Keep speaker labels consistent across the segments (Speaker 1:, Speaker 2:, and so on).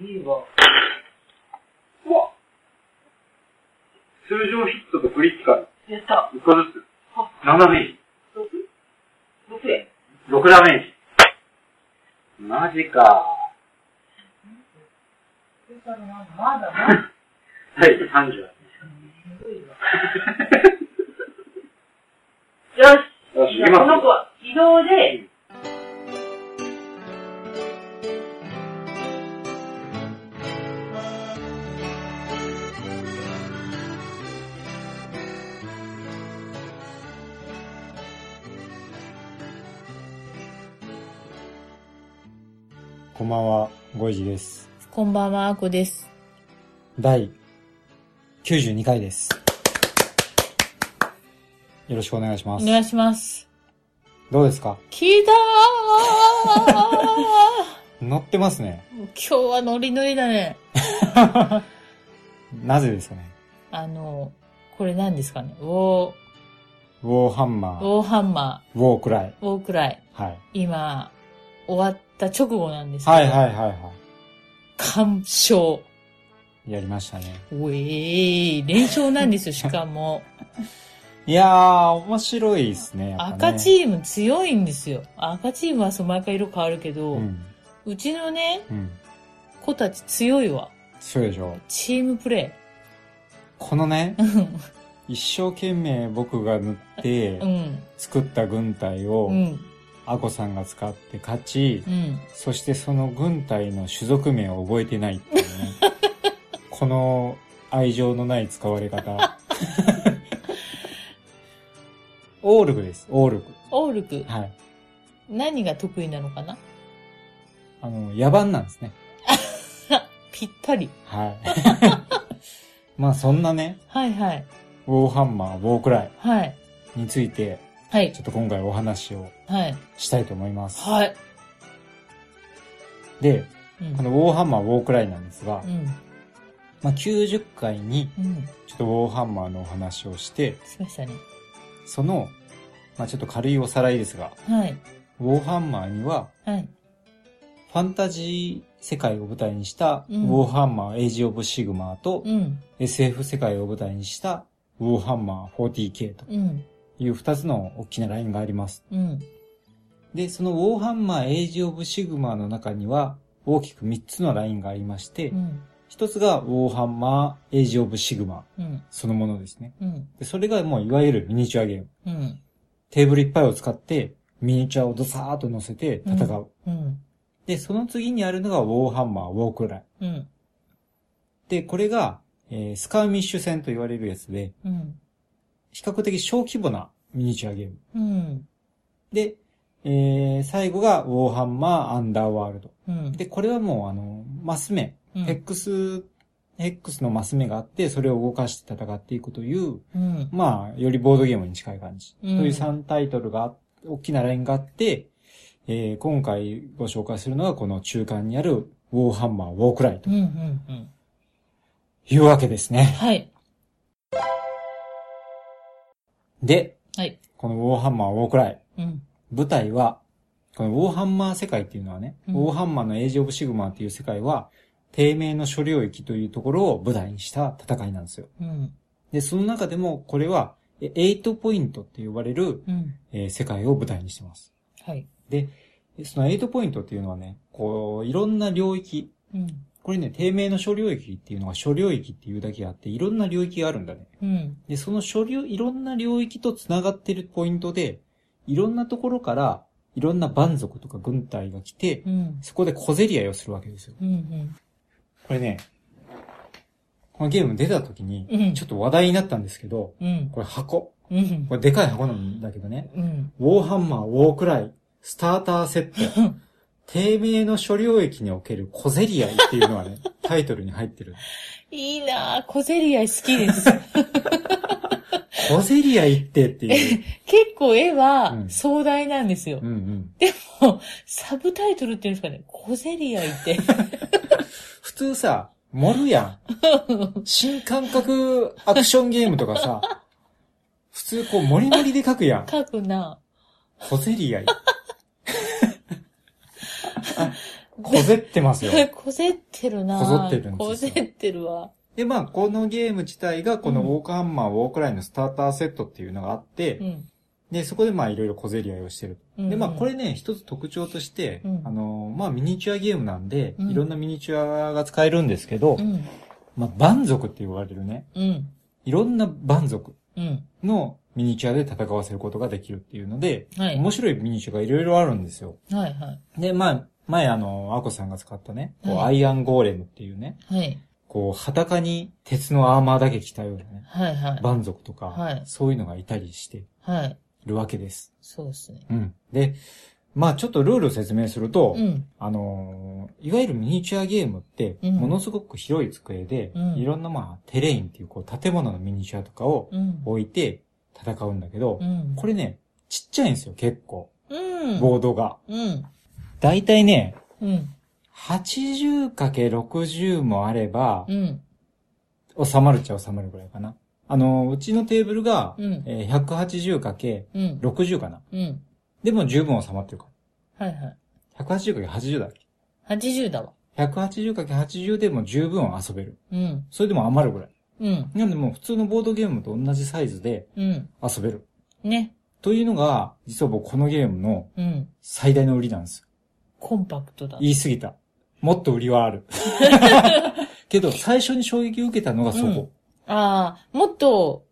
Speaker 1: B は、
Speaker 2: うわ通常ヒットとクリティカル。
Speaker 1: やった
Speaker 2: 1個ずつ。
Speaker 1: あ
Speaker 2: 7ダメージ。
Speaker 1: !6?6 円。
Speaker 2: 6ダメージ。マジか。
Speaker 1: それからなんだまだ
Speaker 2: は
Speaker 1: な。
Speaker 2: い、30。よ
Speaker 1: むずいわよし
Speaker 2: し、
Speaker 1: じゃ
Speaker 2: 今。
Speaker 1: あこの子は移動で、
Speaker 3: こんばんは、ゴイジです。
Speaker 4: こんばんは、あこです。
Speaker 3: 第92回です。よろしくお願いしま
Speaker 4: お
Speaker 3: す。
Speaker 4: 願いします。
Speaker 3: どうですか
Speaker 4: 聞いた ー
Speaker 3: 乗ってますね。
Speaker 4: 今日はノリノリだね。
Speaker 3: なぜですかね
Speaker 4: あの、これ何ですかねウォー、
Speaker 3: ウォーハン
Speaker 4: ウ
Speaker 3: マー、
Speaker 4: ォーハンマ
Speaker 3: ウォークライ。
Speaker 4: ー、ウォークライ。
Speaker 3: はい。
Speaker 4: 今、終わった直後なんですけど。
Speaker 3: はいはいはいは
Speaker 4: 完勝。
Speaker 3: い。やりましたね。
Speaker 4: ウェーイ。連勝な んですよ、しかも。
Speaker 3: いやー、面白いですね。やっぱね
Speaker 4: 赤チーム強いんですよ。赤チームはそう毎回色変わるけど、
Speaker 3: う。
Speaker 4: うんちのね、
Speaker 3: うん。
Speaker 4: 子たち強いわ。
Speaker 3: そうでしょ。
Speaker 4: チーム プレ
Speaker 3: このね
Speaker 4: イ。、うん
Speaker 3: 一生懸命僕が塗って
Speaker 4: うん。
Speaker 3: 作った軍隊を
Speaker 4: う、ん。
Speaker 3: アコさんが使って勝ち、
Speaker 4: うん。
Speaker 3: そしてその軍隊の種族名を覚えてない っていうね。この愛情のない使われ方。 オールクです、オールク。
Speaker 4: オールク、
Speaker 3: はい。
Speaker 4: 何が得意なのかな
Speaker 3: あの、野蛮なんですね。
Speaker 4: ぴったり。
Speaker 3: はい。 まあそんなね、
Speaker 4: はいはい。
Speaker 3: ウォーハンマー、ウォークライ
Speaker 4: はい。
Speaker 3: について、
Speaker 4: はい
Speaker 3: ちょ。っと今回お話を
Speaker 4: はい。
Speaker 3: したいと思います。
Speaker 4: はい。
Speaker 3: で、
Speaker 4: うん
Speaker 3: こ。のウォーハンマー、ウォークライなんですが
Speaker 4: う、ん。
Speaker 3: まあ90回に
Speaker 4: うん。
Speaker 3: ちょっとウォーハンマーのお話をして、
Speaker 4: しましたね。
Speaker 3: その、まあちょっと軽いおさらいですが、
Speaker 4: はい。
Speaker 3: ウォーハンマーには、
Speaker 4: はい。
Speaker 3: ファンタジー世界を舞台にした、ウ
Speaker 4: うん
Speaker 3: ォーハンマーエイジオブシグマーと、
Speaker 4: うん。
Speaker 3: SF 世界を舞台にした、ウォーハンマー 40K と
Speaker 4: うん。
Speaker 3: いう二つの大きなラインがあります。
Speaker 4: うん。
Speaker 3: で、そのウォーハンマーエイジオブシグマーの中には、大きく三つのラインがありまして
Speaker 4: う、ん。
Speaker 3: 一つがウォーハンマーエイジオブシグマー
Speaker 4: うん。
Speaker 3: そのものですね。
Speaker 4: うん。
Speaker 3: で、それがもういわゆるミニチュアゲーム。
Speaker 4: うん。
Speaker 3: テーブルいっぱいを使って、ミニチュアをドサーッと乗せて戦う。
Speaker 4: うん。
Speaker 3: で、その次にあるのがウォーハンマー、ウォークライ。
Speaker 4: うん。
Speaker 3: で、これが、えースカーミッシュ戦と言われるやつで、
Speaker 4: うん。
Speaker 3: 比較的小規模なミニチュアゲーム。
Speaker 4: うん。
Speaker 3: で、えー最後がウォーハンマー、アンダーワールド。
Speaker 4: うん。
Speaker 3: で、これはもうあの、マス目、
Speaker 4: うん、
Speaker 3: ヘックス、ヘックスのマス目があって、それを動かして戦っていくという、
Speaker 4: うん。
Speaker 3: まあ、よりボードゲームに近い感じ。
Speaker 4: うん
Speaker 3: という3タイトルが、大きなラインがあって、えー今回ご紹介するのがこの中間にあるウォーハンマー、ウォークライと
Speaker 4: うん。うん。うん。
Speaker 3: いうわけですね。
Speaker 4: はい。
Speaker 3: で、
Speaker 4: はい。
Speaker 3: このウォーハンマー、ウォークライ。
Speaker 4: うん。
Speaker 3: 舞台は、このウォーハンマー世界っていうのはね、
Speaker 4: うん
Speaker 3: ウォーハンマーのエイジオブシグマーっていう世界は、低迷の諸領域というところを舞台にした戦いなんですよ。
Speaker 4: うん。
Speaker 3: で、その中でもこれは、え8ポイントって呼ばれる、
Speaker 4: うん。
Speaker 3: えー世界を舞台にしてます。
Speaker 4: はい。
Speaker 3: で、その8ポイントっていうのはね、こう、いろんな領域、
Speaker 4: うん。
Speaker 3: これね、低迷の諸領域っていうのが諸領域っていうだけあって、いろんな領域があるんだね。
Speaker 4: うん。
Speaker 3: で、その所領、いろんな領域と繋がってるポイントで、いろんなところから、いろんな蛮族とか軍隊が来て、
Speaker 4: うん。
Speaker 3: そこで小競り合いをするわけですよ。
Speaker 4: うん。
Speaker 3: これね、このゲーム出た時に、
Speaker 4: うん。
Speaker 3: ちょっと話題になったんですけど、
Speaker 4: うん。
Speaker 3: これ箱。
Speaker 4: うん。
Speaker 3: これでかい箱なんだけどね。
Speaker 4: うん。
Speaker 3: ウォーハンマー、ウォークライ、スターターセット、 低迷の所領域における小競り合いっていうの がね、タイトルに入ってる。
Speaker 4: いいなぁ、小競り合い好 きです。
Speaker 3: 小競り合いってって いう。
Speaker 4: 結構絵は
Speaker 3: うん
Speaker 4: 壮大なんですよ。
Speaker 3: うんうん。
Speaker 4: サブタイトルっていうんですかね、小競り合 いって。
Speaker 3: 普通さ、盛るやん。新感覚アクションゲームとかさ、普通こう盛り盛りで書くやん。
Speaker 4: 書くな
Speaker 3: 小競り合い。
Speaker 4: ぁ。
Speaker 3: 小こぜって ますよ。
Speaker 4: こぜってるな
Speaker 3: こぞってるんですよ
Speaker 4: こぜってるわ。
Speaker 3: で、まあ、このゲーム自体が、このウォークハンマー、ウォークラインのスターターセットっていうのがあって、
Speaker 4: うん。で
Speaker 3: で、そこでまあ、いろいろ小競り合いをしてる。で、まあ、これ
Speaker 4: ね、
Speaker 3: ね、一つ特徴として、
Speaker 4: うん
Speaker 3: あのー、まあ、ミニチュアゲームなんで、
Speaker 4: うん
Speaker 3: いろんなミニチュアが使えるんですけど、
Speaker 4: うん。
Speaker 3: まあ、蛮族って言われるね、
Speaker 4: うん。
Speaker 3: いろんな蛮族
Speaker 4: うん。
Speaker 3: のミニチュアで戦わせることができるっていうので、
Speaker 4: はい。
Speaker 3: 面白いミニチュアがいろいろあるんですよ。
Speaker 4: はい、は
Speaker 3: で、まあ、前あの、アコさんが使ったね、こう
Speaker 4: はい
Speaker 3: アイアンゴーレムっていうね、
Speaker 4: い。はい。
Speaker 3: こう、裸に鉄のアーマーだけ着たようなね、
Speaker 4: はい、は
Speaker 3: 蛮族とか、
Speaker 4: はい
Speaker 3: そういうのがいたりして
Speaker 4: い。はい。
Speaker 3: るわけです。
Speaker 4: そうですね。
Speaker 3: うん。で、まあちょっとルールを説明すると、
Speaker 4: うん。
Speaker 3: あのーいわゆるミニチュアゲームって、
Speaker 4: うん
Speaker 3: ものすごく広い机で、
Speaker 4: うん
Speaker 3: いろんなまあテレインっていうこう建物のミニチュアとかを
Speaker 4: うん。
Speaker 3: 置いて戦うんだけど、
Speaker 4: うん。
Speaker 3: これね、ちっちゃいんですよ、結構。
Speaker 4: うん。
Speaker 3: ボードが。
Speaker 4: うん。
Speaker 3: だいたいね、
Speaker 4: うん。
Speaker 3: 80×60 もあれば、
Speaker 4: うん。
Speaker 3: 収まるっちゃ収まるぐらいかな。あの、うちのテーブルが、
Speaker 4: うん。
Speaker 3: えー、
Speaker 4: うん。
Speaker 3: 180×60 かな。
Speaker 4: うん。
Speaker 3: でも十分収まってるか
Speaker 4: はいはい。
Speaker 3: ら。180×80 だっけ
Speaker 4: 80だわ。
Speaker 3: 180×80 でも十分遊べる。
Speaker 4: うん。
Speaker 3: それでも余るぐらい。
Speaker 4: うん。
Speaker 3: なんでもう普通のボードゲームと同じサイズで
Speaker 4: うん。
Speaker 3: 遊べる。
Speaker 4: ね。
Speaker 3: というのが、実は僕このゲームの
Speaker 4: うん。
Speaker 3: 最大の売りなんですよ。
Speaker 4: コンパクトだ。
Speaker 3: 言い過ぎた。もっと売りはあ る。けど、最初に衝撃を受けたのがそこ。
Speaker 4: うんああ、もっと、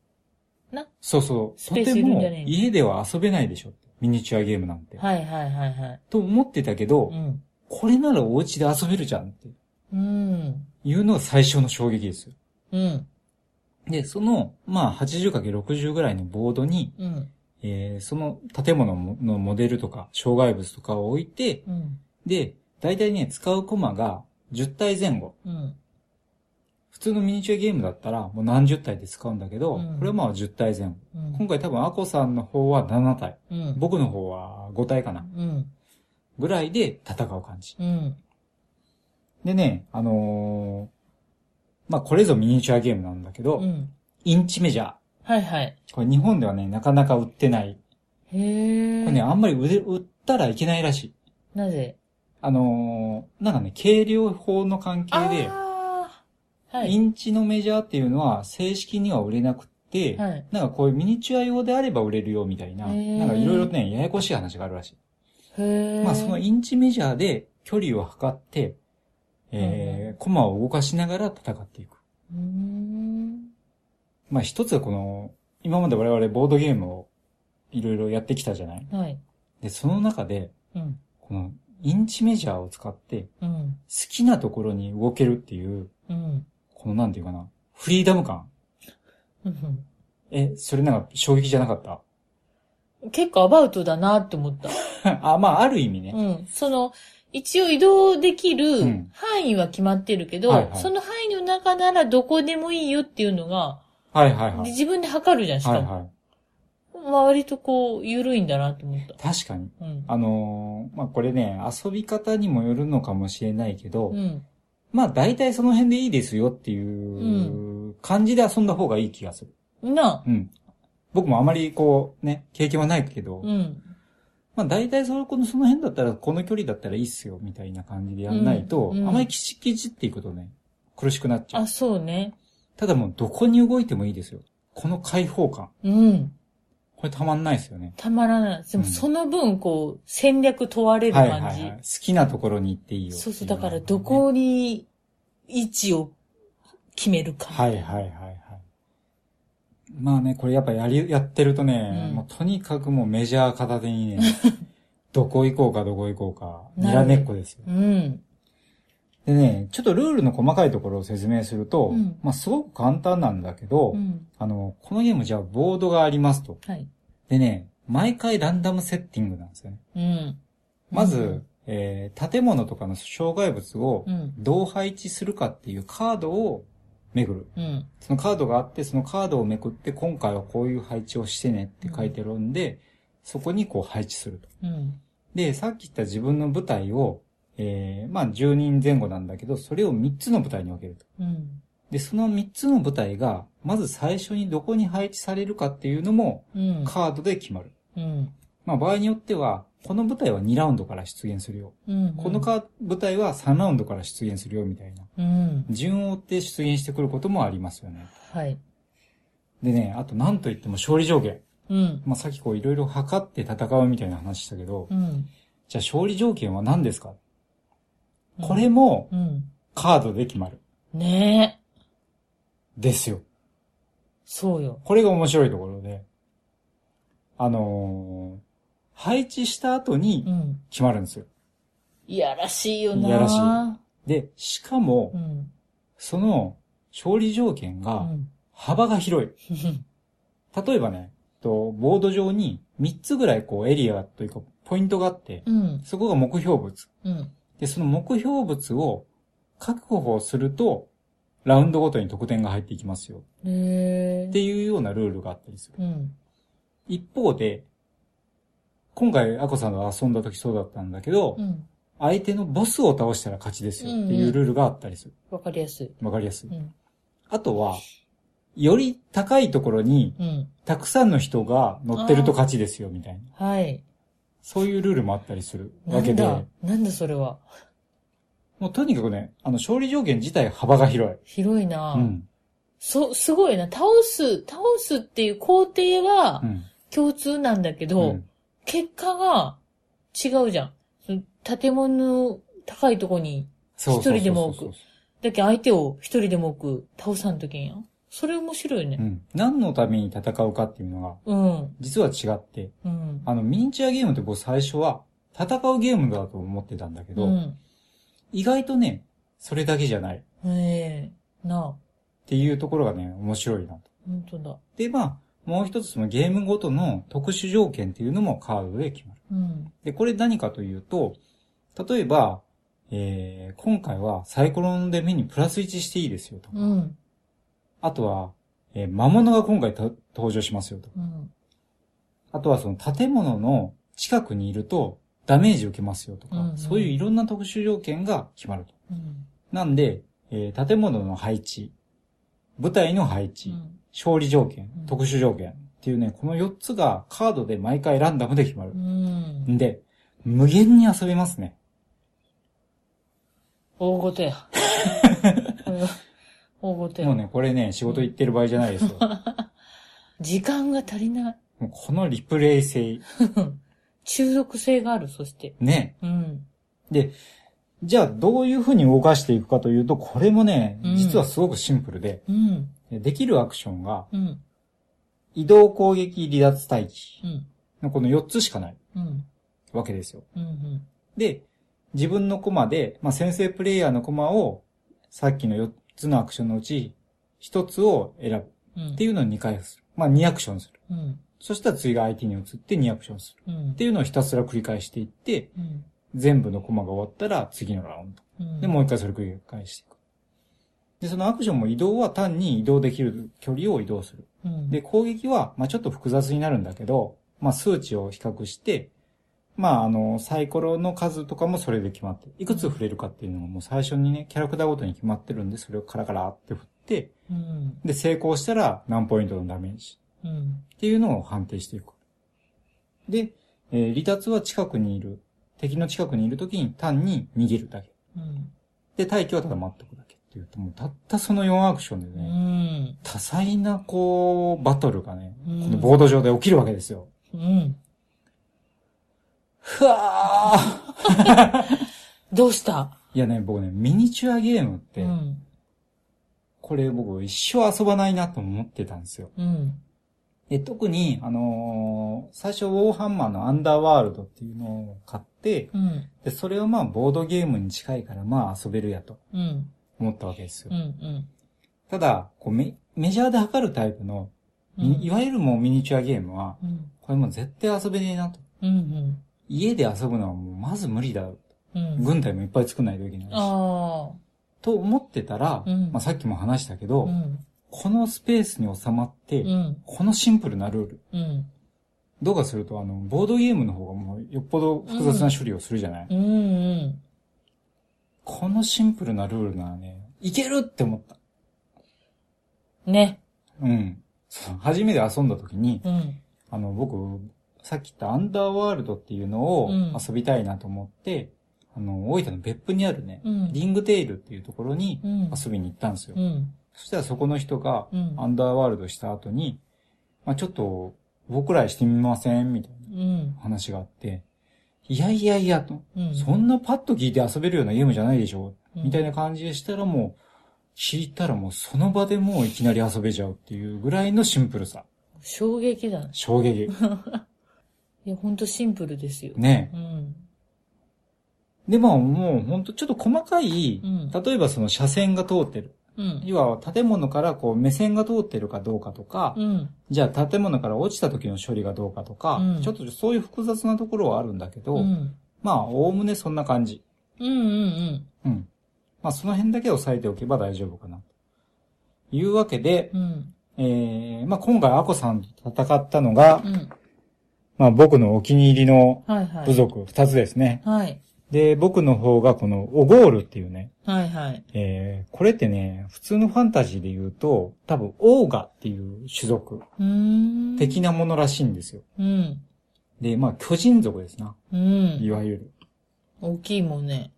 Speaker 3: そうそう。
Speaker 4: ス
Speaker 3: と
Speaker 4: ペース
Speaker 3: て
Speaker 4: いるん
Speaker 3: も
Speaker 4: じゃねえの
Speaker 3: 家では遊べないでしょ。ミニチュアゲームなんて。
Speaker 4: はいはいはいはい。
Speaker 3: と思ってたけど、
Speaker 4: うん。
Speaker 3: これならお家で遊べるじゃんって
Speaker 4: うん。
Speaker 3: いうのが最初の衝撃ですよ。
Speaker 4: うん。
Speaker 3: で、その、まあ、80×60 ぐらいのボードに、
Speaker 4: うん。
Speaker 3: えーその建物のモデルとか、障害物とかを置いて、
Speaker 4: うん。
Speaker 3: で、大体ね、使うコマが10体前後。
Speaker 4: うん。
Speaker 3: 普通のミニチュアゲームだったら、もう何十体で使うんだけど、
Speaker 4: うん
Speaker 3: これはまあ10体前後。
Speaker 4: うん。
Speaker 3: 今回多分、アコさんの方は7体。
Speaker 4: うん。
Speaker 3: 僕の方は5体かな。
Speaker 4: うん。
Speaker 3: ぐらいで戦う感じ。
Speaker 4: うん。
Speaker 3: でね、あのーまあ、これぞミニチュアゲームなんだけど、
Speaker 4: うん。
Speaker 3: インチメジャー。
Speaker 4: はいはい。
Speaker 3: これ日本ではね、なかなか売ってない。
Speaker 4: へ
Speaker 3: こ
Speaker 4: え。
Speaker 3: れね、あんまり売れ売ったらいけないらしい。
Speaker 4: なぜ
Speaker 3: あのーなんかね、計量法の関係で、
Speaker 4: ああ。は
Speaker 3: イ
Speaker 4: い。
Speaker 3: ンチのメジャーっていうのは正式には売れなくって、
Speaker 4: はい。
Speaker 3: なんかこういうミニチュア用であれば売れるよみたいな、
Speaker 4: へー
Speaker 3: なんかいろいろね、ややこしい話があるらしい。
Speaker 4: へえ。
Speaker 3: まあそのインチメジャーで距離を測って、えーコマを動かしながら戦っていく。
Speaker 4: うーん。
Speaker 3: まあ一つはこの、今まで我々ボードゲームをいろいろやってきたじゃない
Speaker 4: はい。
Speaker 3: で、その中で、
Speaker 4: うん。
Speaker 3: このインチメジャーを使って
Speaker 4: うん。
Speaker 3: 好きなところに動けるっていう、
Speaker 4: うん。
Speaker 3: このなんていうかな、フリーダム感。
Speaker 4: うん
Speaker 3: え、それなんか衝撃じゃなかった
Speaker 4: 結構アバウトだなって思った。
Speaker 3: あ、まあある意味ね。
Speaker 4: うん。その、一応移動でき
Speaker 3: う
Speaker 4: る
Speaker 3: ん
Speaker 4: 範囲は決まってるけど、
Speaker 3: はいはい
Speaker 4: その範囲の中ならどこでもいいよっていうのが、
Speaker 3: はいはいはい。
Speaker 4: 自分で測るじゃん、しか
Speaker 3: は
Speaker 4: も。
Speaker 3: いは
Speaker 4: まあ割とこう、緩いんだなって思った
Speaker 3: い。。確かに。
Speaker 4: うん。
Speaker 3: あのーまあこれね、遊び方にもよるのかもしれないけど、
Speaker 4: うん。
Speaker 3: まあ大体その辺でいいですよっていう感じで遊んだ方がいい気がする。
Speaker 4: なあ。
Speaker 3: うん。僕もあまりこうね、経験はないけど、
Speaker 4: うん。
Speaker 3: まあ大体そのこのその辺だったら、この距離だったらいいっすよ、みたいな感じでやんないと、
Speaker 4: うんうん
Speaker 3: あまりきちきちっていくとね、苦しくなっちゃう
Speaker 4: あ、。そうね。
Speaker 3: ただもうどこに動いてもいいですよ。この開放感。
Speaker 4: うん。
Speaker 3: これたまんないですよね。
Speaker 4: たまらない。でも
Speaker 3: うん
Speaker 4: その分、こう、戦略問われる
Speaker 3: はい
Speaker 4: 感じ。
Speaker 3: はいはい。好きなところに行っていいよ。
Speaker 4: そうそう。だからどこに位置を決めるか。
Speaker 3: はいはいはいはい。まあね、これやっぱやり、やってるとね、
Speaker 4: うん
Speaker 3: もうとにかくもうメジャー片手 にね、どこ行こうかどこ行こうか、
Speaker 4: な
Speaker 3: に
Speaker 4: る
Speaker 3: らめっこですよ。
Speaker 4: うん。
Speaker 3: でね、ちょっとルールの細かいところを説明すると、
Speaker 4: うん
Speaker 3: まあすごく簡単なんだけど、
Speaker 4: うん。
Speaker 3: あの、このゲームじゃあボードがありますと。
Speaker 4: はい。
Speaker 3: でね、毎回ランダムセッティングなんですよね。
Speaker 4: うん。
Speaker 3: まず、えー建物とかの障害物を
Speaker 4: うん。
Speaker 3: どう配置するかっていうカードをめぐる。
Speaker 4: うん。
Speaker 3: そのカードがあって、そのカードをめくって、今回はこういう配置をしてねって書いてるんで、そこにこう配置すると。
Speaker 4: うん。
Speaker 3: で、さっき言った自分の舞台を、えー、まあ10人前後なんだけど、それを3つの舞台に分けると。
Speaker 4: うん。
Speaker 3: で、その3つの舞台が、まず最初にどこに配置されるかっていうのも、
Speaker 4: うん。
Speaker 3: カードで決まる。
Speaker 4: うん。
Speaker 3: まあ場合によっては、この舞台は2ラウンドから出現するよ。
Speaker 4: うん。
Speaker 3: このか舞台は3ラウンドから出現するよ、みたいな。
Speaker 4: うん。
Speaker 3: 順を追って出現してくることもありますよね。
Speaker 4: はい。
Speaker 3: でね、あと何と言っても勝利上限。
Speaker 4: うん。
Speaker 3: まあ、さっきこういろいろ測って戦うみたいな話したけど、
Speaker 4: うん。
Speaker 3: じゃあ勝利条件は何ですかこれも
Speaker 4: うん。
Speaker 3: カードで決まる。
Speaker 4: ねえ。
Speaker 3: ですよ。
Speaker 4: そうよ。
Speaker 3: これが面白いところで、あのー配置した後
Speaker 4: う
Speaker 3: に
Speaker 4: ん。
Speaker 3: 決まるんですよ。
Speaker 4: いやらしいよない
Speaker 3: やらしいで、しかも
Speaker 4: う、ん。
Speaker 3: その勝利条件
Speaker 4: う
Speaker 3: が
Speaker 4: ん。
Speaker 3: 幅が広い。例えばね、とボード上に3つぐらいこうエリアというかポイントがあって、
Speaker 4: うん。
Speaker 3: そこが目標物。
Speaker 4: うん。
Speaker 3: で、その目標物を確保すると、ラウンドごとに得点が入っていきますよ。
Speaker 4: へ
Speaker 3: っ
Speaker 4: え。
Speaker 3: ていうようなルールがあったりする。
Speaker 4: うん。
Speaker 3: 一方で、今回、アコさんが遊んだ時そうだったんだけど、
Speaker 4: うん。
Speaker 3: 相手のボスを倒したら勝ちですよっていうルールがあったりする。
Speaker 4: わかりやすい。
Speaker 3: わかりやすい。
Speaker 4: うん。
Speaker 3: あとは、より高いところに
Speaker 4: うん。
Speaker 3: たくさんの人が乗ってると勝ちですよみたいな。
Speaker 4: はい。
Speaker 3: そういうルールもあったりする
Speaker 4: な
Speaker 3: わけ
Speaker 4: ん
Speaker 3: で、
Speaker 4: だなんだそれは。
Speaker 3: もうとにかくね、あの、勝利条件自体幅が広い。
Speaker 4: 広いな、
Speaker 3: うん。
Speaker 4: そ、すごいな。倒す、倒すっていう工程は
Speaker 3: うん。
Speaker 4: 共通なんだけ
Speaker 3: う
Speaker 4: ど、
Speaker 3: ん
Speaker 4: 結果が違うじゃん。その建物の高いとこに、
Speaker 3: そうそうそうそう
Speaker 4: 一人でも多くだけ相手を一人でも多く倒さんときんやん。それ面白いね
Speaker 3: う。ん。何のために戦うかっていうのが、
Speaker 4: うん。
Speaker 3: 実は違って、
Speaker 4: うん。
Speaker 3: あの、ミニチュアゲームって僕最初は、戦うゲームだと思ってたんだけど、
Speaker 4: うん。
Speaker 3: 意外とね、それだけじゃないっ
Speaker 4: ええなあ。
Speaker 3: ていうところがね、面白いなと。
Speaker 4: 本当だ。
Speaker 3: で、まあ、もう一つそのゲームごとの特殊条件っていうのもカードで決まる。
Speaker 4: うん。
Speaker 3: で、これ何かというと、例えば、えー、今回はサイコロの出目にプラス1していいですよとか、
Speaker 4: うん。
Speaker 3: あとは、えー魔物が今回と登場しますよとか、
Speaker 4: うん。
Speaker 3: あとはその建物の近くにいるとダメージ受けますよとか、
Speaker 4: うんうん
Speaker 3: そういういろんな特殊条件が決まると。
Speaker 4: うん。
Speaker 3: なんで、えー建物の配置、舞台の配置、
Speaker 4: うん
Speaker 3: 勝利条件
Speaker 4: う、ん
Speaker 3: 特殊条件っていうね、この4つがカードで毎回ランダムで決まる
Speaker 4: う。ん。
Speaker 3: んで、無限に遊べますね。
Speaker 4: 大ごとや。これは大ごと
Speaker 3: もう
Speaker 4: や。
Speaker 3: ね、これね、仕事行ってる場合じゃないですよ。
Speaker 4: 時間が足りない。
Speaker 3: もうこのリプレイ性、
Speaker 4: 中毒性がある、そして。
Speaker 3: ね。
Speaker 4: うん。
Speaker 3: で、じゃあどういう風に動かしていくかというと、これもね、
Speaker 4: うん
Speaker 3: 実はすごくシンプルで、
Speaker 4: うん。
Speaker 3: できるアクションが、
Speaker 4: うん。
Speaker 3: 移動攻撃離脱待機
Speaker 4: うん。
Speaker 3: のこの4つしかない
Speaker 4: うん。
Speaker 3: わけですよ。
Speaker 4: うん。うん。
Speaker 3: で、自分のコマで、まあ、先生プレイヤーのコマを、さっきの4つのアクションのうち、1つを選ぶ
Speaker 4: うん
Speaker 3: っていうのを2回する。まあ、2アクションする。
Speaker 4: うん。
Speaker 3: そしたら次が相手に移って2アクションする。
Speaker 4: うん
Speaker 3: っていうのをひたすら繰り返していって、
Speaker 4: うん。
Speaker 3: 全部のコマが終わったら次のラウンド。
Speaker 4: うん
Speaker 3: で、もう一回それ繰り返していく。で、そのアクションも移動は単に移動できる距離を移動する。
Speaker 4: うん、
Speaker 3: で、攻撃は、まあちょっと複雑になるんだけど、まあ数値を比較して、まああの、サイコロの数とかもそれで決まってる、いくつ触れるかっていうのがもう最初にね、キャラクターごとに決まってるんで、それをカラカラって振って、
Speaker 4: うん。
Speaker 3: で、成功したら何ポイントのダメージ
Speaker 4: うん。
Speaker 3: っていうのを判定していく。で、えー離脱は近くにいる。敵の近くにいるときに単に逃げるだけ。
Speaker 4: うん。
Speaker 3: で、待機はただ待っとくだけっていうと、もうたったその4アクションで
Speaker 4: う
Speaker 3: ね、
Speaker 4: ん。
Speaker 3: 多彩なこう、バトルがね、
Speaker 4: うん
Speaker 3: このボード上で起きるわけですよ。
Speaker 4: うん。
Speaker 3: ふわー
Speaker 4: どうした
Speaker 3: いやね、僕ね、ミニチュアゲームって、
Speaker 4: うん。
Speaker 3: これ僕一生遊ばないなと思ってたんですよ。
Speaker 4: うん。
Speaker 3: で特に、あのー最初ウォーハンマーのアンダーワールドっていうのを買って、
Speaker 4: うん。
Speaker 3: で、それをまあボードゲームに近いからまあ遊べるやと
Speaker 4: うん。
Speaker 3: 思ったわけですよ。
Speaker 4: うん。うん。
Speaker 3: ただ、こうメメジャーで測るタイプの、
Speaker 4: う
Speaker 3: みい
Speaker 4: ん。
Speaker 3: わゆるもうミニチュアゲームは、
Speaker 4: うん。
Speaker 3: これもう絶対遊べねえなと。
Speaker 4: うん。
Speaker 3: 家で遊ぶのはもうまず無理だ。
Speaker 4: うん。
Speaker 3: 軍隊もいっぱい作んないといけないし。
Speaker 4: あ
Speaker 3: と思ってたら、
Speaker 4: うん
Speaker 3: まあさっきも話したけ
Speaker 4: あ。
Speaker 3: ど、
Speaker 4: うん。
Speaker 3: このスペースに収まって、
Speaker 4: うん。
Speaker 3: このシンプルなルール。
Speaker 4: うん。
Speaker 3: どうかすると、あの、ボードゲームの方がもうよっぽど複雑な処理をするじゃない、
Speaker 4: うん。うん。
Speaker 3: このシンプルなルールならね、いけるって思った。
Speaker 4: ね。
Speaker 3: うん。そう初めて遊んだ時に、
Speaker 4: うん。
Speaker 3: あの、僕、さっき言ったアンダーワールドっていうのを
Speaker 4: うん
Speaker 3: 遊びたいなと思って、あの、大分の別府にあるね、
Speaker 4: うん。
Speaker 3: リングテイルっていうところに
Speaker 4: うん。
Speaker 3: 遊びに行ったんですよ。
Speaker 4: うん。
Speaker 3: そしたらそこの人が、
Speaker 4: うん。
Speaker 3: アンダーワールドした後に、まあちょっと、僕らしてみませんみたいな
Speaker 4: うん。
Speaker 3: 話があって、いやいやいやと、
Speaker 4: うん。
Speaker 3: そんなパッと聞いて遊べるようなゲームじゃないでしょ
Speaker 4: うん
Speaker 3: みたいな感じでしたらもう、聞いたらもうその場でもういきなり遊べちゃうっていうぐらいのシンプルさ。
Speaker 4: 衝撃だね。
Speaker 3: 衝 撃。
Speaker 4: いや、ほんとシンプルですよ。
Speaker 3: ね
Speaker 4: うん。
Speaker 3: で、まあもうほんとちょっと細かい、
Speaker 4: うん
Speaker 3: 例えばその車線が通ってる。
Speaker 4: うん。
Speaker 3: 要は建物からこう目線が通ってるかどうかとか、
Speaker 4: うん。
Speaker 3: じゃあ建物から落ちた時の処理がどうかとか、
Speaker 4: うん
Speaker 3: ちょっとそういう複雑なところはあるんだけど、
Speaker 4: うん。
Speaker 3: まあおおむねそんな感じ。
Speaker 4: うんうん
Speaker 3: うん。まあその辺だけ押さえておけば大丈夫かな。というわけで、
Speaker 4: うん。うん。
Speaker 3: えー、まあ今回アコさんと戦ったのが
Speaker 4: う、ん。
Speaker 3: まあ僕のお気に入りの
Speaker 4: はいはい。
Speaker 3: 部族二つですね。
Speaker 4: はい。
Speaker 3: で、僕の方がこのオゴールっていうね、
Speaker 4: はいはい。
Speaker 3: えー、これってね、普通のファンタジーで言うと、多分オーガっていう種族
Speaker 4: うーん。
Speaker 3: 的なものらしいんですよ。
Speaker 4: うん。
Speaker 3: で、まあ巨人族ですな。
Speaker 4: う
Speaker 3: い
Speaker 4: ん。
Speaker 3: わゆる。
Speaker 4: 大きいもんね。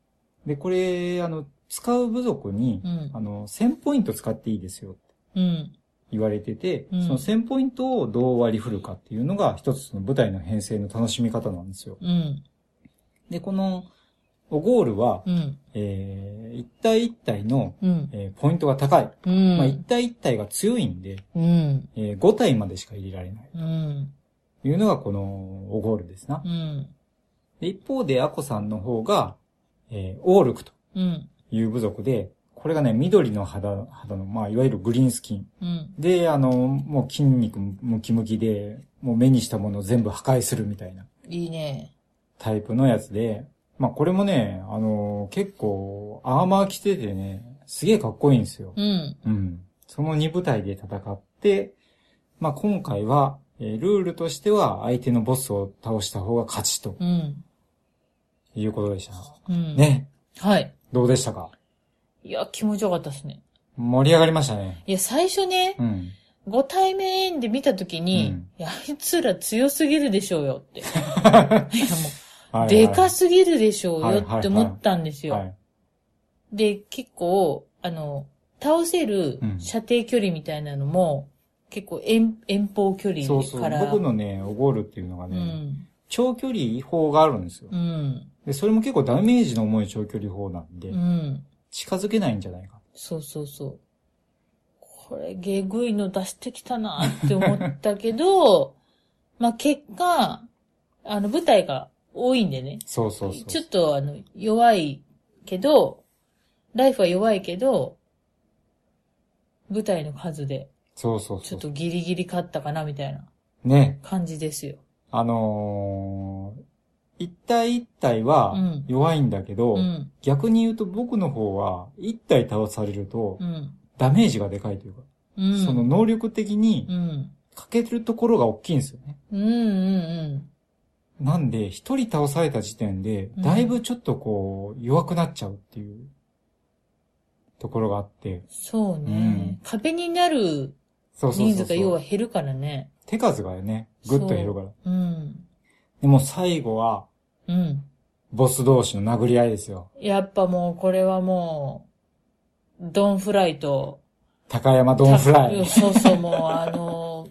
Speaker 3: で、これ、あの、使う部族に
Speaker 4: う、ん
Speaker 3: あ。の、1000ポイント使っていいですよって
Speaker 4: うん。
Speaker 3: 言われてて、
Speaker 4: うん
Speaker 3: その1000ポイントをどう割り振るかっていうのが一つの舞台の編成の楽しみ方なんですよ。
Speaker 4: うん。
Speaker 3: で、この、オゴールは、
Speaker 4: うん。
Speaker 3: えー、一体一体の、
Speaker 4: うん。
Speaker 3: えーポイントが高い。
Speaker 4: うん。
Speaker 3: まあ、一体一体が強いんで、
Speaker 4: うん。
Speaker 3: えー5体までしか入れられない。
Speaker 4: うん。
Speaker 3: というのがこの、オゴールですな
Speaker 4: う。ん。
Speaker 3: で一方で、アコさんの方が、えーオールクと
Speaker 4: うん。
Speaker 3: いう部族で、これがね、緑の肌、肌の、まあ、いわゆるグリーンスキン。
Speaker 4: うん。
Speaker 3: で、あの、もう筋肉ムキムキで、もう目にしたものを全部破壊するみたいない
Speaker 4: いね。
Speaker 3: タイプのやつで、まあこれもね、あの、結構、アーマー着ててね、すげえかっこいいんですよ。
Speaker 4: うん。
Speaker 3: うん。その2部隊で戦って、まあ今回は、えールールとしては相手のボスを倒した方が勝ちと
Speaker 4: うん。
Speaker 3: いうことでした。
Speaker 4: うん。。
Speaker 3: ね。
Speaker 4: はい。
Speaker 3: どうでしたか
Speaker 4: いや、気持ちよかったですね。
Speaker 3: 盛り上がりましたね。
Speaker 4: いや、最初ね、
Speaker 3: うん。
Speaker 4: ご対面で見たときに、
Speaker 3: うん
Speaker 4: いや、あいつら強すぎるでしょうよ って。いや、も
Speaker 3: は
Speaker 4: う、
Speaker 3: い
Speaker 4: でかすぎるでしょう
Speaker 3: はい
Speaker 4: よ
Speaker 3: はいはい
Speaker 4: って思ったんですよ。
Speaker 3: はい。
Speaker 4: で、結構、あの、倒せる
Speaker 3: うん
Speaker 4: 射程距離みたいなのも、結構遠遠方距離
Speaker 3: そうそう。
Speaker 4: から。
Speaker 3: 僕のね、オゴールっていうのが
Speaker 4: う
Speaker 3: ね、
Speaker 4: ん。
Speaker 3: 長距離砲があるんですよ
Speaker 4: う。ん。
Speaker 3: で、それも結構ダメージの重い長距離砲なんで、
Speaker 4: うん。
Speaker 3: 近づけないんじゃないか。
Speaker 4: そうそうそう。これ、ゲグいの出してきたなって思ったけど、 まあ結果、あの、舞台が多いんでね。
Speaker 3: そうそうそう。
Speaker 4: ちょっとあの、弱いけど、ライフは弱いけど、舞台の数で、
Speaker 3: そうそう
Speaker 4: ち
Speaker 3: そ
Speaker 4: ょっ
Speaker 3: う。
Speaker 4: とギリギリ勝ったかな、みたいな
Speaker 3: ね。
Speaker 4: 感じですよ。
Speaker 3: あのー、一体一体
Speaker 4: う
Speaker 3: は
Speaker 4: ん。
Speaker 3: 弱いんだけど、
Speaker 4: うん。
Speaker 3: 逆に言うと僕の方は一体倒されると
Speaker 4: うん。
Speaker 3: ダメージがでかいというか、
Speaker 4: うん。
Speaker 3: その能力的に
Speaker 4: うん。
Speaker 3: かけてるところが大きいんですよね。
Speaker 4: うん。うん。
Speaker 3: なんで、一人倒された時点で、
Speaker 4: うん
Speaker 3: だいぶちょっとこう、弱くなっちゃうっていうところがあって、
Speaker 4: そう
Speaker 3: う
Speaker 4: ね
Speaker 3: ん。
Speaker 4: 壁になる
Speaker 3: そうそう
Speaker 4: 人
Speaker 3: そう
Speaker 4: 数
Speaker 3: そ
Speaker 4: が
Speaker 3: う。
Speaker 4: 要は減るからね。
Speaker 3: 手数がね、ぐっと減るから。
Speaker 4: うん。
Speaker 3: でも最後は、
Speaker 4: うん。
Speaker 3: ボス同士の殴り合いですよ。
Speaker 4: やっぱもう、これはもう、ドンフライと、
Speaker 3: 高山ドンフラ
Speaker 4: うん
Speaker 3: イ。
Speaker 4: そうそう、もうあの、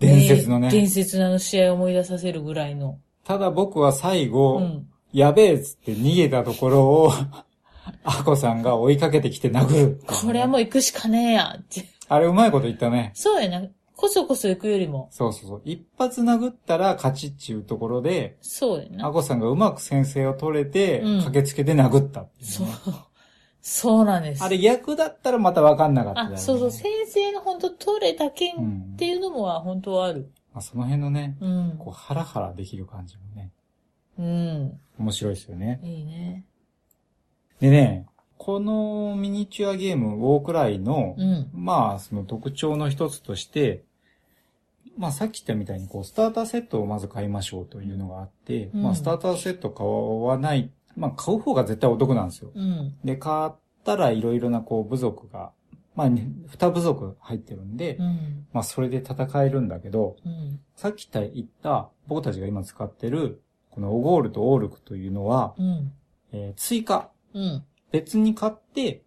Speaker 3: 伝説のね。
Speaker 4: 伝説のあの試合を思い出させるぐらいの。
Speaker 3: ただ僕は最
Speaker 4: う
Speaker 3: 後、
Speaker 4: ん。
Speaker 3: やべえっつって逃げたところを、 アコさんが追いかけてきて殴る。
Speaker 4: これはもう行くしかねえやって。
Speaker 3: あれうまいこと言ったね。
Speaker 4: そうやな。こそこそ行くよりも。
Speaker 3: そうそうそう。一発殴ったら勝ちっちゅうところで、
Speaker 4: そうや
Speaker 3: ア
Speaker 4: な。
Speaker 3: コさんがうまく先制を取れて、
Speaker 4: うん
Speaker 3: 駆けつけて殴ったっていうね
Speaker 4: そう。そうなんです。
Speaker 3: あれ逆だったらまた分かんなかっただろ
Speaker 4: あ、そうそう。先生が本当取れた
Speaker 3: う
Speaker 4: 剣
Speaker 3: ん
Speaker 4: っ。ていうのもは本当はある。
Speaker 3: まあ、その辺のね、
Speaker 4: うん。
Speaker 3: こうハラハラできる感じもね、
Speaker 4: うん。
Speaker 3: 面白いですよね。
Speaker 4: いいね。
Speaker 3: でね、このミニチュアゲーム、ウォークライの、
Speaker 4: うん。
Speaker 3: まあ、その特徴の一つとして、まあさっき言ったみたいに、こう、スターターセットをまず買いましょうというのがあって、
Speaker 4: うん
Speaker 3: まあスターターセット買わない、まあ買う方が絶対お得なんですよ。
Speaker 4: うん。
Speaker 3: で、買ったらいろいろなこう、部族が、まあ、に二部族入ってるんで、
Speaker 4: うん。
Speaker 3: まあ、それで戦えるんだけど、
Speaker 4: うん。
Speaker 3: さっき言った、僕たちが今使ってる、このオゴールとオールクというのは、
Speaker 4: うん。
Speaker 3: えー追加、
Speaker 4: うん。
Speaker 3: 別に買って、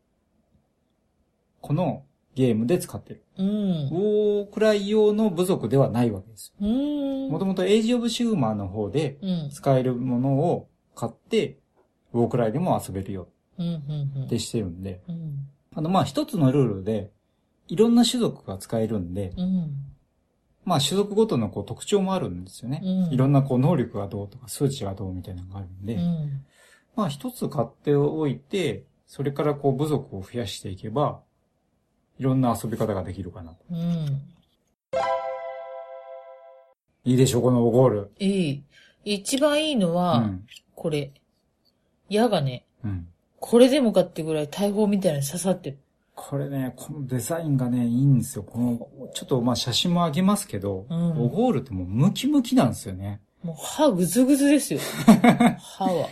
Speaker 3: このゲームで使ってる。
Speaker 4: うん。
Speaker 3: ウォークライ用の部族ではないわけです
Speaker 4: う
Speaker 3: よ。
Speaker 4: ん。
Speaker 3: もともとエイジオブシグマの方で
Speaker 4: うん。
Speaker 3: 使えるものを買って、ウォークライでも遊べるよ
Speaker 4: うん。うん。
Speaker 3: ってしてるんで、
Speaker 4: うん。
Speaker 3: あの、まあ、一つのルールで、いろんな種族が使えるんで、
Speaker 4: うん。
Speaker 3: まあ、種族ごとのこう特徴もあるんですよね。
Speaker 4: うん
Speaker 3: いろんなこう能力がどうとか数値がどうみたいなのがあるんで、
Speaker 4: うん。
Speaker 3: まあ一つ買っておいて、それからこう部族を増やしていけば、いろんな遊び方ができるかなと。
Speaker 4: うん。
Speaker 3: いいでしょ、このゴール。
Speaker 4: いい。一番いいの
Speaker 3: う
Speaker 4: は、
Speaker 3: ん。
Speaker 4: これ。矢がね、
Speaker 3: うん。
Speaker 4: これでもかってぐらい大砲みたいなの刺さってる。
Speaker 3: これね、このデザインがね、いいんですよ。この、ちょっとまあ写真もあげますけど、
Speaker 4: うん
Speaker 3: オゴールってもうムキムキなんですよね。
Speaker 4: もう歯ぐずぐずで すよ。歯はも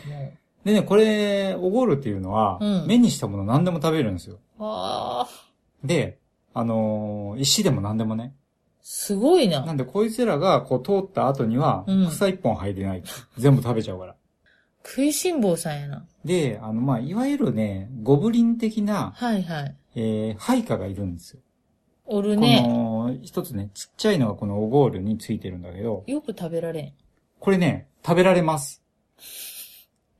Speaker 3: でね、これ、オゴールっていうのは、
Speaker 4: うん
Speaker 3: 目にしたもの何でも食べるんですよ。
Speaker 4: う。ああ、
Speaker 3: で、あのー石でも何でもね。
Speaker 4: すごい
Speaker 3: な
Speaker 4: な。
Speaker 3: んで、こいつらがこう通った後には
Speaker 4: うん、
Speaker 3: 草一本生えてない。全部食べちゃうから。
Speaker 4: 食いしん坊さんやな。
Speaker 3: で、あの、まあ、いわゆるね、ゴブリン的な、
Speaker 4: はいはい。
Speaker 3: えー、配下がいるんですよ。
Speaker 4: おるね。
Speaker 3: この、一つね、ちっちゃいのがこのオゴールについてるんだけど、
Speaker 4: よく食べられん。
Speaker 3: これね、食べられます。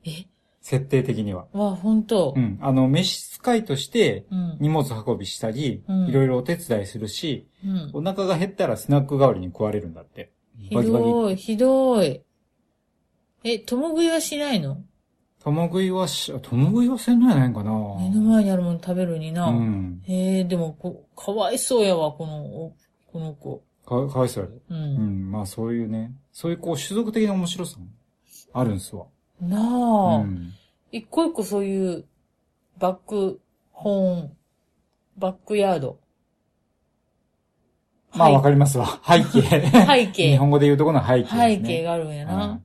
Speaker 4: え
Speaker 3: 設定的には。
Speaker 4: わあ、ほんと
Speaker 3: う。ん。あの、召使いとして、
Speaker 4: うん。
Speaker 3: 荷物運びしたり
Speaker 4: う、ん
Speaker 3: いろいろお手伝いするし、
Speaker 4: うん。
Speaker 3: お腹が減ったらスナック代わりに食われるんだって。
Speaker 4: ひ
Speaker 3: バキバキ。
Speaker 4: どい、ひどい。え、共食いはしないの
Speaker 3: 共食いはし、共食いはせんのやないんかな
Speaker 4: 目の前にあるもの食べるにな。
Speaker 3: うん。
Speaker 4: へえ、でもこ、かわいそうやわ、この、おこの子。
Speaker 3: かかわいそうやで。
Speaker 4: う。
Speaker 3: うんん。まあ、そういうね、そういうこう、種族的な面白さもあるんすわ。
Speaker 4: な
Speaker 3: う
Speaker 4: あ、
Speaker 3: ん。
Speaker 4: 一個一個そういう、バック、ホーン、バックヤード。
Speaker 3: まあわ
Speaker 4: か
Speaker 3: かりますわ。 背景。
Speaker 4: 背
Speaker 3: 日
Speaker 4: 景。
Speaker 3: 本語で言うとこの背景ですね。
Speaker 4: 背景があるんやな。
Speaker 3: うん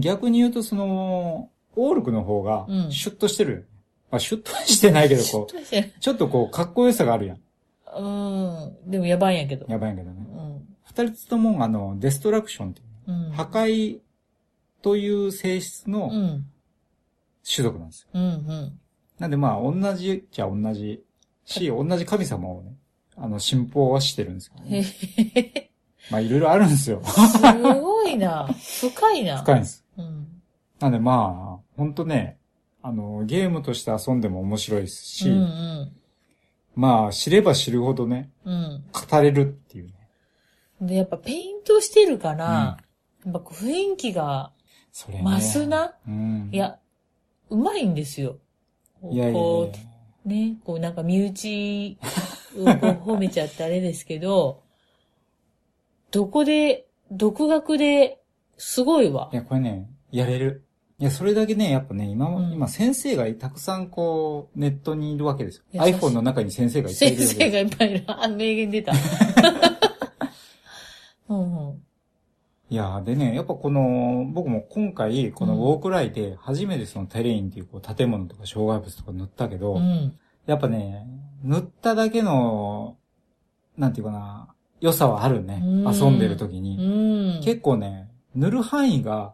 Speaker 3: 逆に言うと、その、オールクの方が
Speaker 4: う、ん
Speaker 3: シュッとしてるよね。まあ、シュッとはしてないけど、こ
Speaker 4: ちょっとして
Speaker 3: う、ちょっとこう、かっこよさがあるやん。
Speaker 4: うん。でもやばいんやけど。
Speaker 3: やばいんやけど
Speaker 4: う
Speaker 3: ね。
Speaker 4: ん。
Speaker 3: 二人とも、あの、デストラクションっていう
Speaker 4: うん。
Speaker 3: 破壊という性質
Speaker 4: う
Speaker 3: の
Speaker 4: ん。
Speaker 3: 種族なんですよ。
Speaker 4: うん。うん。
Speaker 3: なんでまあ、同じっちゃ同じし、同じ神様をね、あの、信奉はしてるんですけど、
Speaker 4: へへ
Speaker 3: ね。
Speaker 4: へへ。
Speaker 3: まあ、いろいろあるんですよ。
Speaker 4: すごいな。深いな。
Speaker 3: 深いんです。
Speaker 4: うん。
Speaker 3: なんでまあ、ほんとね、あの、ゲームとして遊んでも面白いですし、
Speaker 4: うん
Speaker 3: まあ、知れば知るほどね、
Speaker 4: うん。うん。
Speaker 3: 語れるっていうね。
Speaker 4: で、やっぱペイントしてるから、やっぱ雰囲気が、
Speaker 3: それね。
Speaker 4: マスな
Speaker 3: うん。
Speaker 4: い、や、うまいんですよ。こう
Speaker 3: いやいやいや
Speaker 4: こう、ね、こうなんか身内をこ う褒めちゃってあれですけど、どこで、独学で、すごいわ
Speaker 3: い。や、これね、やれる。いや、それだけね、やっぱね、今も、
Speaker 4: うん
Speaker 3: 今先生がたくさんこう、ネットにいるわけですよ。
Speaker 4: 優しい
Speaker 3: iPhone の中に先生がいっぱいい
Speaker 4: 先
Speaker 3: るわけで
Speaker 4: 生
Speaker 3: す
Speaker 4: がいっぱいいる。あ、名言 出た。うんうん。
Speaker 3: いや、でね、やっぱこの、僕も今回、このウォークライで、初めてそのテレインっていうこう建物とか障害物とか塗ったけど、
Speaker 4: うん。
Speaker 3: やっぱね、塗っただけの、なんていうかな、良さはあるね。
Speaker 4: うん
Speaker 3: 遊んでる時
Speaker 4: う
Speaker 3: に。
Speaker 4: ん。
Speaker 3: 結構ね、塗る範囲が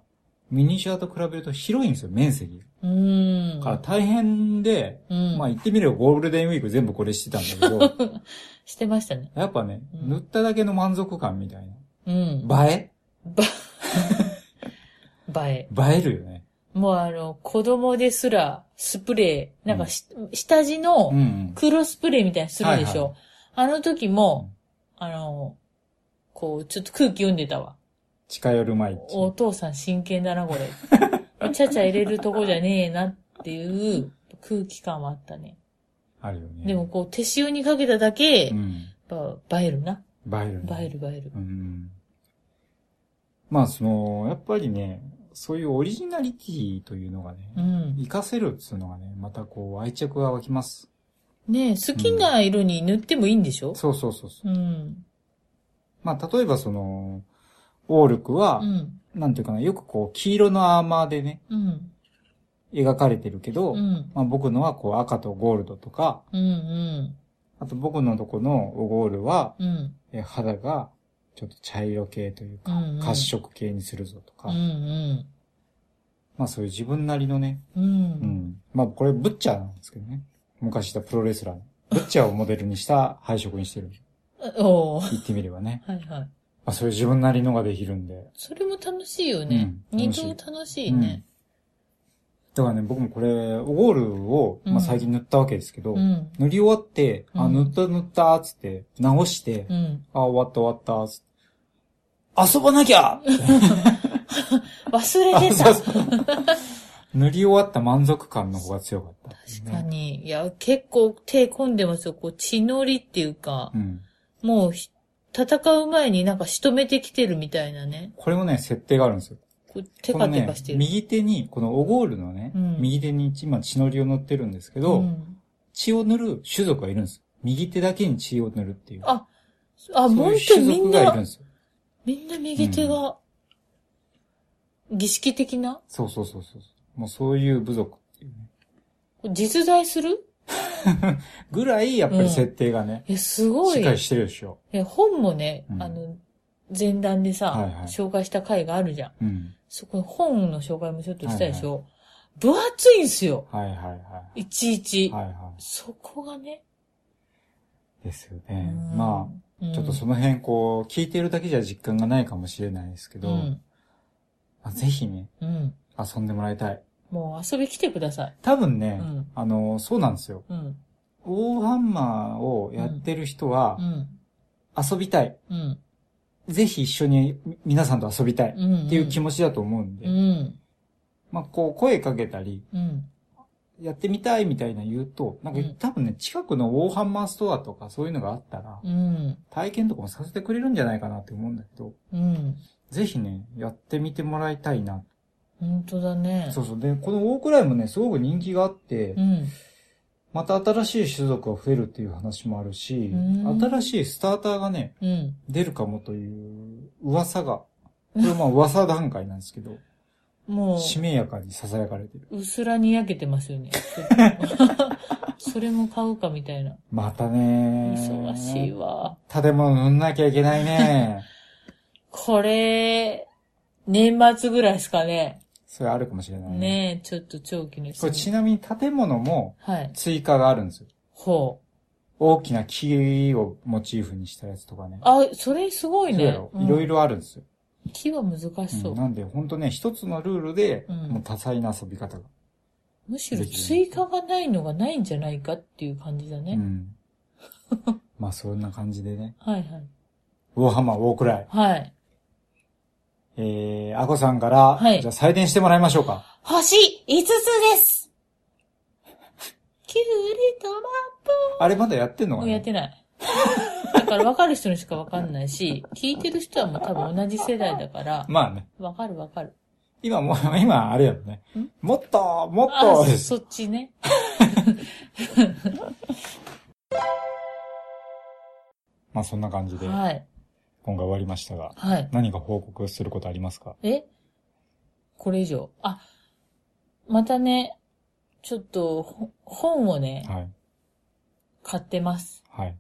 Speaker 3: ミニチュアと比べると広いんですよ、面積。
Speaker 4: うん。
Speaker 3: だから大変で、
Speaker 4: うん。
Speaker 3: まあ言ってみればゴールデンウィーク全部これしてたんだけ ど、
Speaker 4: してましたね。
Speaker 3: やっぱね、
Speaker 4: うん
Speaker 3: 塗っただけの満足感みたい
Speaker 4: うん。
Speaker 3: な。映え
Speaker 4: ば、映え。
Speaker 3: 映えるよね。
Speaker 4: もうあの、子供ですら、スプレー、なんかし、下地の
Speaker 3: うんうん。
Speaker 4: 黒スプレーみたいにするでしょ。
Speaker 3: は
Speaker 4: あの時も、あの、こう、ちょっと空気読んでたわ。
Speaker 3: 近寄る前っていう
Speaker 4: お父さん真剣だな、これ。 ちゃちゃ入れるとこじゃねえなっていう空気感はあったね。
Speaker 3: あるよね。
Speaker 4: でもこう、手塩にかけただけ、
Speaker 3: う
Speaker 4: やっ
Speaker 3: ん。
Speaker 4: ぱ映えるな。
Speaker 3: 映えるね。
Speaker 4: 映える映える
Speaker 3: う。んまあ、その、やっぱりね、そういうオリジナリティというのがね、
Speaker 4: うん。
Speaker 3: 活かせるっていうのがね、またこう、愛着が湧きます。
Speaker 4: ねえ好きな色に塗ってもいいんでしょ
Speaker 3: そうそうそうそう。
Speaker 4: うん。
Speaker 3: まあ、例えばその、オールクは
Speaker 4: う、ん。
Speaker 3: なんていうかな、よくこう、黄色のアーマーでね、
Speaker 4: うん。
Speaker 3: 描かれてるけど、
Speaker 4: うん。
Speaker 3: まあ僕のはこう、赤とゴールドとか、
Speaker 4: うん。うん。
Speaker 3: あと僕のとこのオゴールは、
Speaker 4: うん。
Speaker 3: えー肌がちょっと茶色系というか
Speaker 4: うんうん、
Speaker 3: 褐色系にするぞとか、
Speaker 4: うん
Speaker 3: まあそういう自分なりのね、
Speaker 4: うん。うん。
Speaker 3: うん。まあこれブッチャーなんですけどね。昔いたプロレスラーの。ブッチャーをモデルにした配色にしてる。
Speaker 4: おー
Speaker 3: 言ってみればね。
Speaker 4: はいはい。
Speaker 3: まあそういう自分なりのができるんで。
Speaker 4: それも楽しいよね。
Speaker 3: うん
Speaker 4: 二
Speaker 3: 楽しい
Speaker 4: 度楽しいね。
Speaker 3: だからね、僕もこれ、オゴールを、ま
Speaker 4: うん
Speaker 3: あ最近塗ったわけですけど、
Speaker 4: うん。
Speaker 3: 塗り終わって、あ、
Speaker 4: うん
Speaker 3: 塗った塗った、つって、直して、
Speaker 4: うん。
Speaker 3: あ、終わった終わった、つって、遊ばなきゃ
Speaker 4: 忘れてた。
Speaker 3: あそうそう塗り終わった満足感の方が強かった、
Speaker 4: 確か。に。いや、結構手込んでますよ。こう、血のりっていうか
Speaker 3: う、ん。
Speaker 4: もうひ、戦う前になんか仕留めてきてるみたいなね。
Speaker 3: これもね、設定があるんですよ。
Speaker 4: こうテカテカして
Speaker 3: このね
Speaker 4: る。
Speaker 3: 右手に、このオゴールのね、
Speaker 4: うん
Speaker 3: 右手に今血のりを塗ってるんですけど、
Speaker 4: うん
Speaker 3: 血を塗る種族がいるんですよ。右手だけに血を塗るっていう。
Speaker 4: ああ、
Speaker 3: そ
Speaker 4: も
Speaker 3: う
Speaker 4: う
Speaker 3: いう
Speaker 4: 一
Speaker 3: 種
Speaker 4: 人み
Speaker 3: 族
Speaker 4: ん
Speaker 3: がいるん
Speaker 4: な、
Speaker 3: ですよ。
Speaker 4: みんな右手が、儀式的な
Speaker 3: そうそうそうそう。もうそういう部族っていうね。
Speaker 4: これ実在する
Speaker 3: ぐらい、やっぱり設定がね、
Speaker 4: え、すご
Speaker 3: し
Speaker 4: い
Speaker 3: っか。りしてるでしょ。
Speaker 4: え、本もね、
Speaker 3: うん
Speaker 4: あの、前段でさ、
Speaker 3: はいはい
Speaker 4: 紹介した回があるじゃ
Speaker 3: う
Speaker 4: ん。
Speaker 3: ん。
Speaker 4: そこ、本の紹介もちょっとしたでしょ。分厚いんすよ。
Speaker 3: はいはいはい
Speaker 4: ちいち。
Speaker 3: い。はいは
Speaker 4: そこがね。
Speaker 3: い。ですよね。ま
Speaker 4: あ
Speaker 3: あ、ちょっとその辺こう、聞いてるだけじゃ実感がないかもしれないですけど、
Speaker 4: うん。
Speaker 3: まあぜひね、
Speaker 4: うん。
Speaker 3: 遊んでもらいたい。
Speaker 4: もう遊び来てください。
Speaker 3: 多分ね、
Speaker 4: うん
Speaker 3: あの、そうなんですよ。
Speaker 4: うん。
Speaker 3: オーハンマーをやってる人は
Speaker 4: う、ん。
Speaker 3: 遊びたい。
Speaker 4: うん。
Speaker 3: ぜひ一緒にみ皆さんと遊びたいっ
Speaker 4: うん。
Speaker 3: ていう気
Speaker 4: 持
Speaker 3: 持ちだと思うんで、
Speaker 4: うん。
Speaker 3: まあこう声かけたり、
Speaker 4: うん。
Speaker 3: やってみたいみたいな言うと、なんか
Speaker 4: うん
Speaker 3: 多分ね、近くのウォーハンマーストアとかそういうのがあったら、
Speaker 4: うん。
Speaker 3: 体験とかもさせてくれるんじゃないかなって思うんだけど、
Speaker 4: うん。
Speaker 3: ぜひね、やってみてもらいたいな。
Speaker 4: 本当だね。
Speaker 3: そうそう。で、このウォークライもね、すごく人気があって
Speaker 4: う、ん。
Speaker 3: また新しい種族が増えるっていう話もあるし
Speaker 4: うん、
Speaker 3: 新しいスターターがね、
Speaker 4: うん。
Speaker 3: 出るかもという噂が、これまあ噂段階なんですけど、
Speaker 4: も
Speaker 3: しめやかに囁かれてる。
Speaker 4: う、うすらにやけてますよね。それも買うかみた いな。
Speaker 3: またね
Speaker 4: 忙しい。わ。
Speaker 3: 建物塗んなきゃいけないね
Speaker 4: これ、年末ぐらいですかね。
Speaker 3: それあるかもしれないね。
Speaker 4: ねえ、ちょっと長期の
Speaker 3: これちなみに建物も
Speaker 4: はい。
Speaker 3: 追加があるんですよ。
Speaker 4: ほう。
Speaker 3: 大きな木をモチーフにしたやつとかね。
Speaker 4: あ、それすごい
Speaker 3: そうや
Speaker 4: ね
Speaker 3: ろ。
Speaker 4: うん
Speaker 3: いろいろあるんですよ。
Speaker 4: 木は難しそう
Speaker 3: うん。なんで、本当ね、一つのルールで、
Speaker 4: うん
Speaker 3: もう多彩な遊び方が。
Speaker 4: むしろ追加がないのがないんじゃないかっていう感じだ
Speaker 3: う
Speaker 4: ね。
Speaker 3: ん。まあ、そんな感じでね。
Speaker 4: はいはい。
Speaker 3: ウォーハンマー、ウォークライ。
Speaker 4: はい。
Speaker 3: えー、アコさんから、
Speaker 4: はい
Speaker 3: じゃあ採点してもらいましょうか。
Speaker 4: 星5つですキュウリと
Speaker 3: あれまだやってんの
Speaker 4: マ
Speaker 3: か
Speaker 4: も
Speaker 3: な
Speaker 4: うやってない。だから分かる人にしか分かんないし、聞いてる人はもう多分同じ世代だから、
Speaker 3: まあね。
Speaker 4: 分かる分かる。
Speaker 3: 今もう、 今、あれやろね
Speaker 4: ん。
Speaker 3: もっと、もっ
Speaker 4: あ
Speaker 3: と、で、す。
Speaker 4: そっちね。
Speaker 3: まあそんな感じで、今
Speaker 4: はい。
Speaker 3: 回終わりましたが、
Speaker 4: はい。
Speaker 3: 何か報告することありますか
Speaker 4: えこれ以上。あ、またね、ちょっと、ほ本をね、
Speaker 3: はい。
Speaker 4: 買ってます。
Speaker 3: はい。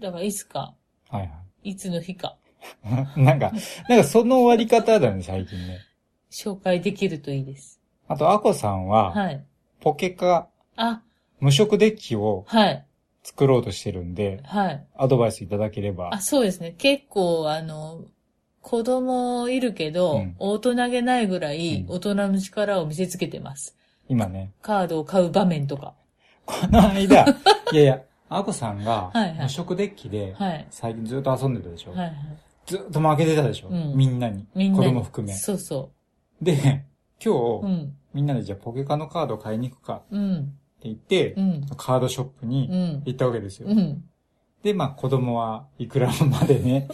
Speaker 4: だからいつか、
Speaker 3: はい
Speaker 4: いつの日か、
Speaker 3: はい。 なんか、なんかその終わり方だね、最近ね。
Speaker 4: 紹介できるといいです。
Speaker 3: あと、アコさんは、
Speaker 4: はい。
Speaker 3: ポケカ、
Speaker 4: あ、
Speaker 3: 無色デッキを
Speaker 4: はい、
Speaker 3: 作ろうとしてるんで、
Speaker 4: はい。
Speaker 3: アドバイスいただければ
Speaker 4: あ、。そうですね。結構、あの、子供いるけど、
Speaker 3: うん
Speaker 4: 大人げないぐらい
Speaker 3: うん
Speaker 4: 大人の力を見せつけてます。
Speaker 3: 今ね、
Speaker 4: カードを買う場面とか。
Speaker 3: この 間、いやいや、アコさんが
Speaker 4: はいはい、
Speaker 3: 無色デッキで、
Speaker 4: はい。
Speaker 3: 最近ずっと遊んでたでしょ、
Speaker 4: はいはい。
Speaker 3: ずっと負けてたでしょ、
Speaker 4: うん
Speaker 3: みんなに。
Speaker 4: みんなに。
Speaker 3: 子供含め。
Speaker 4: そうそ
Speaker 3: で、今日、
Speaker 4: う。うん。
Speaker 3: みんなでじゃあポケカのカード買いに行くかって
Speaker 4: うん。
Speaker 3: 言って、
Speaker 4: うん。
Speaker 3: カードショップ
Speaker 4: う
Speaker 3: に
Speaker 4: ん。
Speaker 3: 行ったわけですよ。
Speaker 4: うん。
Speaker 3: で、まあ子供はいくらまで ね、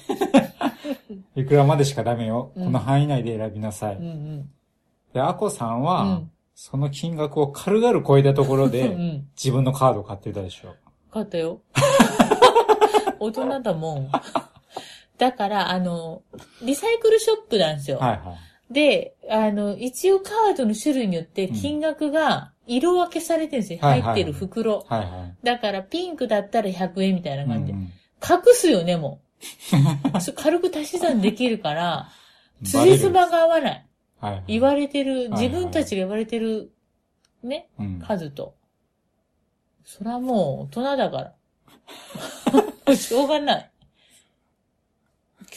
Speaker 3: いくらまでしかダメよ。
Speaker 4: うん
Speaker 3: この範囲内で選びなさい。
Speaker 4: うん。うん。
Speaker 3: で、アコさん
Speaker 4: う
Speaker 3: は
Speaker 4: ん、
Speaker 3: その金額を軽々超えたところ
Speaker 4: う
Speaker 3: で、
Speaker 4: ん。
Speaker 3: 自分のカードを買ってたでしょ。
Speaker 4: 買っ たよ。大人だもん。だから、あの、リサイクルショップなんですよ。
Speaker 3: はいはい。
Speaker 4: で、あの、一応カードの種類によって金額が色分けされてるんですよ。
Speaker 3: はい
Speaker 4: 入
Speaker 3: はい
Speaker 4: ってる袋。
Speaker 3: はいはい。
Speaker 4: だから、ピンクだったら100円みたいな
Speaker 3: うんう
Speaker 4: 感じで。
Speaker 3: ん
Speaker 4: 隠すよね、も う。そう軽く足し算できるから、
Speaker 3: バレる
Speaker 4: 辻褄が合わない。
Speaker 3: はいはい
Speaker 4: 言われてる、
Speaker 3: はい
Speaker 4: 自分たちが言われてる、ね、
Speaker 3: うん
Speaker 4: 数と。そらもう大人だから。 しょうがない。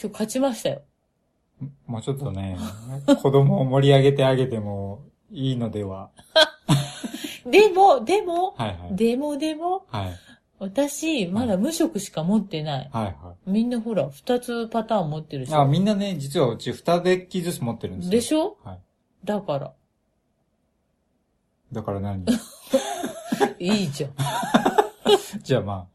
Speaker 4: 今日勝ちましたよ。
Speaker 3: もうちょっとね、子供を盛り上げてあげてもいいのでは。
Speaker 4: でも、でも、
Speaker 3: はいはい。
Speaker 4: でもでも、
Speaker 3: はい。
Speaker 4: 私、まだ無職しか持ってない。
Speaker 3: はいは
Speaker 4: みんなほら、二つパターン持ってる
Speaker 3: い。
Speaker 4: し。
Speaker 3: あ、みんなね、実はうち二デッキずつ持ってるんですよ。
Speaker 4: でしょ
Speaker 3: はい。
Speaker 4: だから。
Speaker 3: だから何
Speaker 4: いいじゃん。
Speaker 3: じゃあまあ、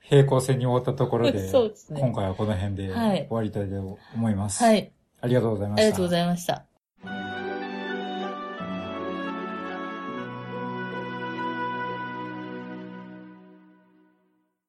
Speaker 3: 平行線に終わったところで、
Speaker 4: そうですね
Speaker 3: 今回はこの辺で
Speaker 4: はい
Speaker 3: 終わりたいと思います。
Speaker 4: はい。
Speaker 3: ありがとうございま
Speaker 4: あ
Speaker 3: した。
Speaker 4: りがとうございました。